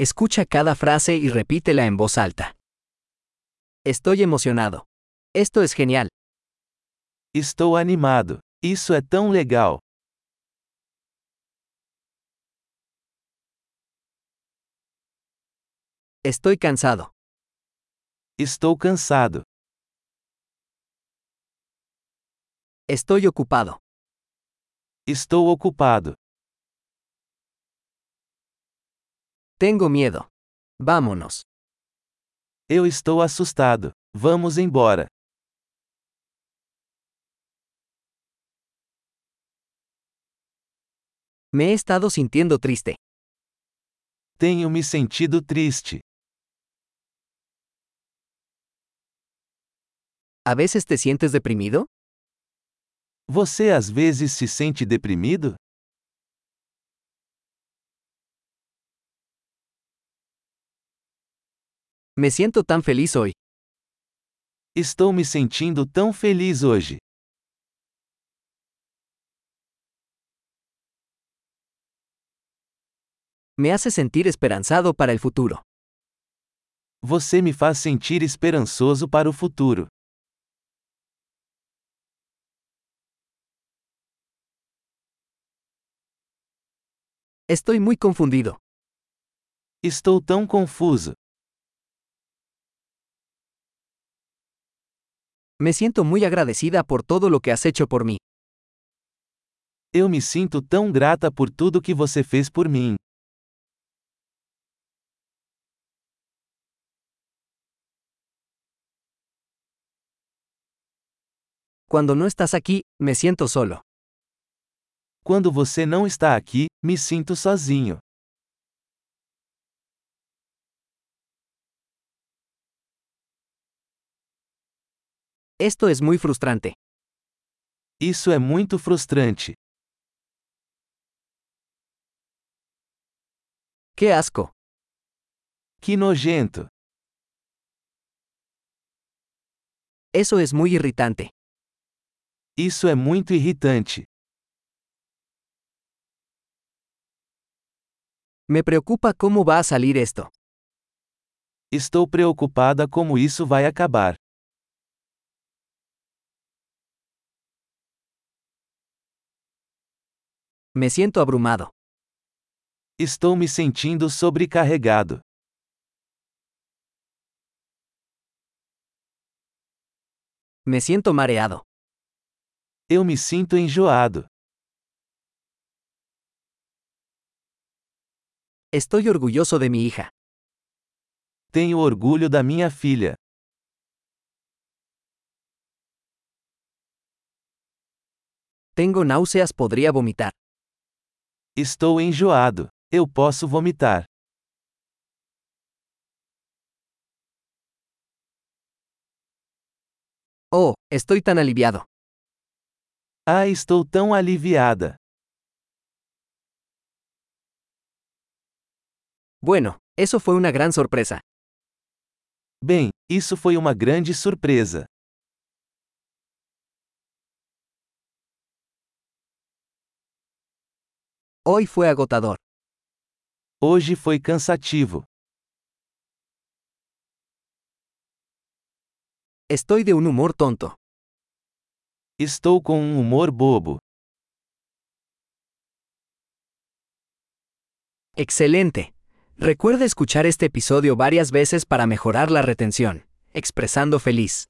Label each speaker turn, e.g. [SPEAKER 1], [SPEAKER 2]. [SPEAKER 1] Escucha cada frase y repítela en voz alta. Estoy emocionado. Esto es genial.
[SPEAKER 2] Estou animado. Isso é tão legal.
[SPEAKER 1] Estoy cansado.
[SPEAKER 2] Estou cansado.
[SPEAKER 1] Estoy ocupado.
[SPEAKER 2] Estou ocupado.
[SPEAKER 1] Tengo miedo. Vámonos.
[SPEAKER 2] Eu estou assustado. Vamos embora.
[SPEAKER 1] Me he estado sintiendo triste.
[SPEAKER 2] Tenho me sentido triste.
[SPEAKER 1] ¿A veces te sientes deprimido?
[SPEAKER 2] Você às vezes se sente deprimido?
[SPEAKER 1] Me siento tan feliz hoy.
[SPEAKER 2] Estou me sentindo tão feliz hoje.
[SPEAKER 1] Me hace sentir esperanzado para el futuro.
[SPEAKER 2] Você me faz sentir esperançoso para o futuro.
[SPEAKER 1] Estoy muy confundido.
[SPEAKER 2] Estou tão confuso.
[SPEAKER 1] Me siento muy agradecida por todo lo que has hecho por mí.
[SPEAKER 2] Eu me sinto tão grata por tudo que você fez por mim.
[SPEAKER 1] Cuando no estás aquí, me siento solo.
[SPEAKER 2] Quando você não está aqui, me sinto sozinho.
[SPEAKER 1] Esto es muy frustrante.
[SPEAKER 2] Isso é muito frustrante.
[SPEAKER 1] ¡Qué asco!
[SPEAKER 2] Que nojento.
[SPEAKER 1] Eso es muy irritante.
[SPEAKER 2] Isso é muito irritante.
[SPEAKER 1] Me preocupa cómo va a salir esto.
[SPEAKER 2] Estou preocupada como isso vai acabar.
[SPEAKER 1] Me siento abrumado.
[SPEAKER 2] Estou me sentindo sobrecarregado.
[SPEAKER 1] Me siento mareado.
[SPEAKER 2] Eu me sinto enjoado.
[SPEAKER 1] Estoy orgulloso de mi hija.
[SPEAKER 2] Tenho orgulho da minha filha.
[SPEAKER 1] Tengo náuseas, podría vomitar.
[SPEAKER 2] Estou enjoado. Eu posso vomitar.
[SPEAKER 1] Oh, estoy tan aliviado.
[SPEAKER 2] Ah, estou tão aliviada.
[SPEAKER 1] Bueno, eso fue una gran sorpresa.
[SPEAKER 2] Bem, isso foi uma grande surpresa.
[SPEAKER 1] Hoy fue agotador.
[SPEAKER 2] Hoje foi cansativo.
[SPEAKER 1] Estoy de un humor tonto.
[SPEAKER 2] Estou com um humor bobo.
[SPEAKER 1] Excelente. Recuerda escuchar este episodio varias veces para mejorar la retención, expresando feliz.